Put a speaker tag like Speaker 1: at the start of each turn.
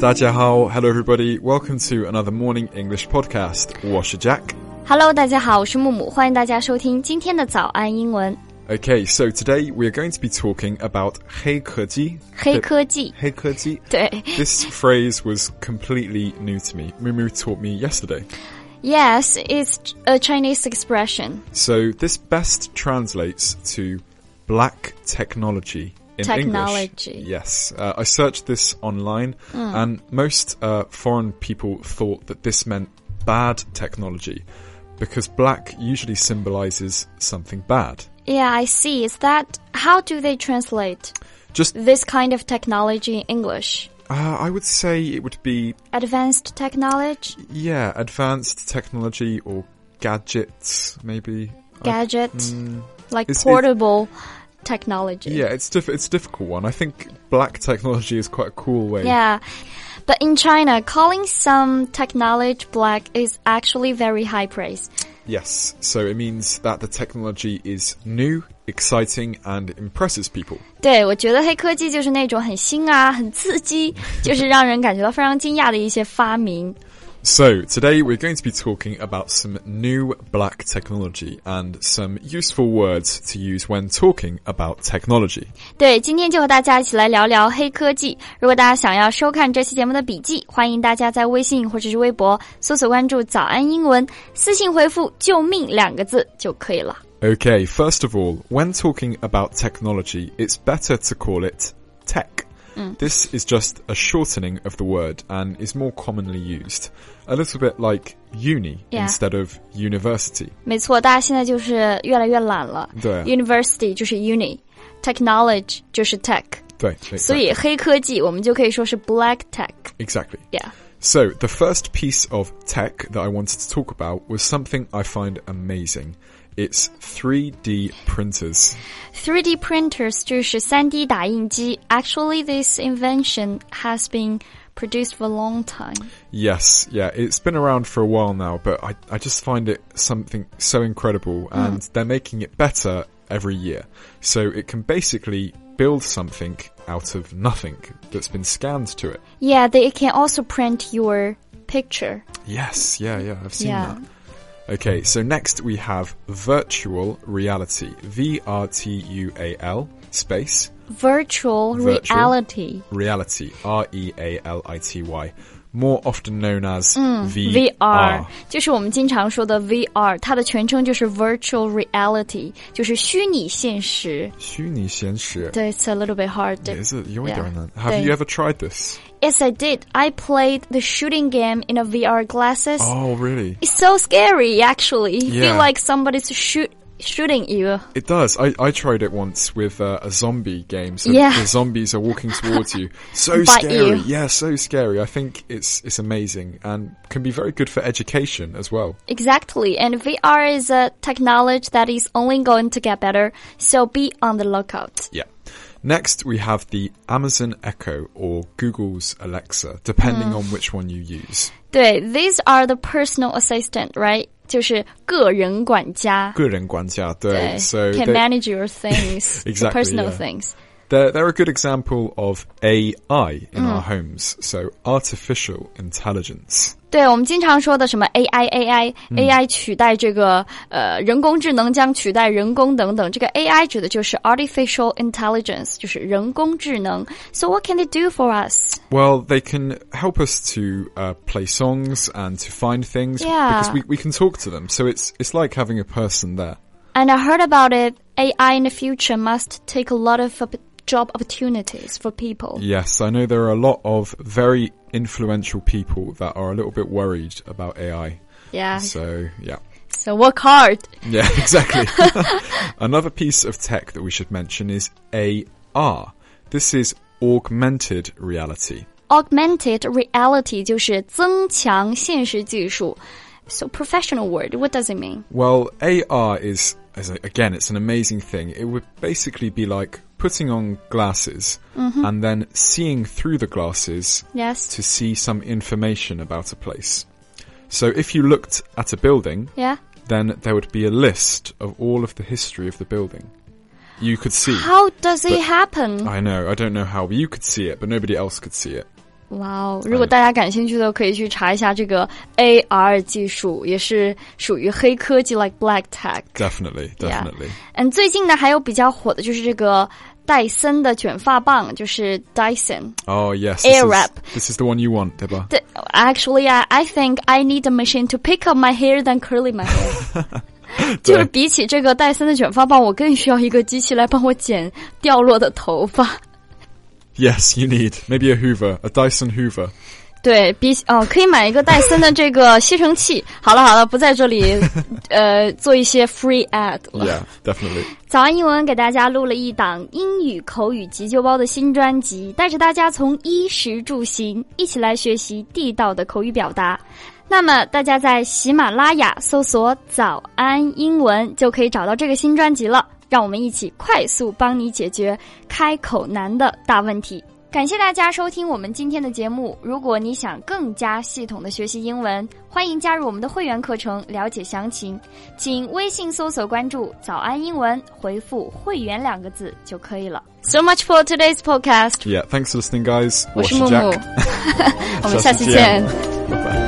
Speaker 1: 大家好, hello everybody, welcome to another morning English podcast. 我是 Jack.
Speaker 2: Hello，大家好，我是木木，欢迎大家收听今天的早安英文
Speaker 1: Okay, so today we are going to be talking about 黑科技.
Speaker 2: 黑科技。
Speaker 1: 黑科技.
Speaker 2: 对
Speaker 1: This phrase was completely new to me. Mumu taught me yesterday.
Speaker 2: ，Yes, it's a Chinese expression.
Speaker 1: So this best translates to black technology in
Speaker 2: Technology. Hmm.
Speaker 1: English. Yes, uh, I searched this online, and most uh, foreign people thought that this meant bad technology, because black usually symbolises something bad.
Speaker 2: Yeah, I see. Is that how do they translate
Speaker 1: Just, uh,
Speaker 2: this kind of technology in English?
Speaker 1: I would say it would be
Speaker 2: Advanced technology,
Speaker 1: yeah, advanced technology or gadgets, maybe. I-
Speaker 2: gadget,
Speaker 1: mm,
Speaker 2: like
Speaker 1: It's- it's-
Speaker 2: portable technology.
Speaker 1: yeah, it's diff- it's a difficult one. I think black technology is quite a cool way.
Speaker 2: Yeah. But in China, calling some technology black is actually very high praise.
Speaker 1: Yes, so it means that the technology is new, exciting, and impresses people.
Speaker 2: 对，我觉得黑科技就是那种很新啊、很刺激，就是让人感觉到非常惊讶的一些发明。
Speaker 1: So, today we're going to be talking about some new black technology and some useful words to use when talking about technology.
Speaker 2: 对，今天就和大家一起来聊聊黑科技。如果大家想要收看这期节目的笔记，欢迎大家在微信或者是微博搜索关注“早安英文”，私信回复“救命”两个字就可以了。
Speaker 1: Okay, first of all, when talking about technology, it's better to call it tech. This is just a shortening of the word and is more commonly used. A little bit like uni
Speaker 2: Yeah.
Speaker 1: instead of university.
Speaker 2: 没错，大家现在就是越来越懒了。
Speaker 1: 对
Speaker 2: ，University 就是 Uni，Technology 就是 Tech，
Speaker 1: 对，
Speaker 2: 所以黑科技我们就可以说是 Black Tech。
Speaker 1: Exactly.
Speaker 2: Yeah.
Speaker 1: So, the first piece of tech that I wanted to talk about was something I find amazing. It's 3D printers.
Speaker 2: 3D printers 就是 3D 打印机。Actually, this invention has been produced for a long time.
Speaker 1: Yes, yeah, it's been around for a while now, but I, I just find it something so incredible, and they're making it better every year. So, it can basically build something out of nothing that's been scanned to it.
Speaker 2: Yeah, they can also print your picture.
Speaker 1: Yes, yeah, yeah, I've seen
Speaker 2: Yeah.
Speaker 1: that. Okay, so next we have virtual reality. V R T U A L space
Speaker 2: Virtual,
Speaker 1: Virtual.
Speaker 2: reality.
Speaker 1: reality. R E A L I T Y. More often known as
Speaker 2: Mm, VR,
Speaker 1: VR.
Speaker 2: 就是我们经常说的 VR，它的全称就是 Virtual Reality，就是虚拟现实。
Speaker 1: 虚拟现实.
Speaker 2: 对，It's a little bit hard. to-
Speaker 1: Is it? You're
Speaker 2: Yeah.
Speaker 1: going then. Have
Speaker 2: They-
Speaker 1: you ever tried this?
Speaker 2: Yes, I did. I played the shooting game in a VR glasses.
Speaker 1: Oh, really?
Speaker 2: It's so scary, actually. You feel
Speaker 1: Yeah.
Speaker 2: like somebody's shoot shooting you.
Speaker 1: It does. I, I tried it once with uh, a zombie game. So
Speaker 2: Yeah.
Speaker 1: the zombies are walking towards you. So
Speaker 2: Bite
Speaker 1: scary.
Speaker 2: you.
Speaker 1: Yeah, so scary. I think it's it's amazing and can be very good for education as well.
Speaker 2: Exactly. And VR is a technology that is only going to get better. So be on the lookout.
Speaker 1: Yeah. Next, we have the Amazon Echo or Google's Alexa,
Speaker 2: Mm.
Speaker 1: depending on which one you use.
Speaker 2: 对，these are the personal assistant, right? 就是个人管家。
Speaker 1: 个人管家,对,
Speaker 2: 对
Speaker 1: so
Speaker 2: can
Speaker 1: they,
Speaker 2: manage your things, your
Speaker 1: Exactly,
Speaker 2: personal
Speaker 1: yeah.
Speaker 2: things.
Speaker 1: they're, they're a good example of AI in our homes, so artificial intelligence.
Speaker 2: 对我们经常说的什么 AI AI、AI 取代这个呃人工智能将取代人工等等，这个 AI 指的就是 artificial intelligence，就是人工智能。So what can it do for us?
Speaker 1: Well, they can help us to uh, play songs and to find things
Speaker 2: Yeah.
Speaker 1: because we, we can talk to them. So it's it's like having a person there.
Speaker 2: And I heard about it. AI in the future must take a lot of op- job opportunities for people.
Speaker 1: Yes, I know there are a lot of very influential people that are a little bit worried about AI.
Speaker 2: Yeah.
Speaker 1: So yeah.
Speaker 2: So work hard.
Speaker 1: Yeah, exactly. Another piece of tech that we should mention is AR. This is augmented reality.
Speaker 2: Augmented reality 就是增强现实技术。So professional word. What does it mean?
Speaker 1: Well, AR is, is a, again, it's an amazing thing. It would basically be like putting on glasses and then seeing through the glasses
Speaker 2: Yes.
Speaker 1: to see some information about a place. So if you looked at a building,
Speaker 2: Yeah.
Speaker 1: then there would be a list of all of the history of the building. you could see.
Speaker 2: How does it
Speaker 1: But-
Speaker 2: happen?
Speaker 1: I know. I don't know how, but you could see it, but nobody else could see it.
Speaker 2: 哇哦！如果大家感兴趣的，可以去查一下这个 AR 技术，也是属于黑科技，like black tech。
Speaker 1: Definitely,
Speaker 2: Yeah.
Speaker 1: definitely.
Speaker 2: 嗯，最近呢还有比较火的就是这个戴森的卷发棒，就是 Dyson。
Speaker 1: Oh yes, this
Speaker 2: Air
Speaker 1: is,
Speaker 2: wrap.
Speaker 1: This is the one you want, Deba.
Speaker 2: The- Actually, I I think I need a machine to pick up my hair than curly my hair 。
Speaker 1: uh,
Speaker 2: 就是比起这个戴森的卷发棒，我更需要一个机器来帮我剪掉落的头发。
Speaker 1: Yes, you need maybe a Hoover, a Dyson Hoover.
Speaker 2: 对比起哦，可以买一个戴森的这个吸尘器。好了好了，不在这里，呃，做一些 free ad 了。
Speaker 1: Yeah, definitely.
Speaker 2: 早安英文给大家录了一档英语口语急救包的新专辑，带着大家从衣食住行一起来学习地道的口语表达。那么大家在喜马拉雅搜索“早安英文”就可以找到这个新专辑了。让我们一起快速帮你解决开口难的大问题。感谢大家收听我们今天的节目。如果你想更加系统的学习英文，欢迎加入我们的会员课程，了解详情。请微信搜索关注“早安英文”，回复“会员”两个字就可以了。So much for today's podcast。
Speaker 1: Yeah, thanks for listening, guys.
Speaker 2: 我是
Speaker 1: Wash
Speaker 2: 木
Speaker 1: your
Speaker 2: 木
Speaker 1: Jack.，
Speaker 2: 我们下期见。
Speaker 1: Bye bye.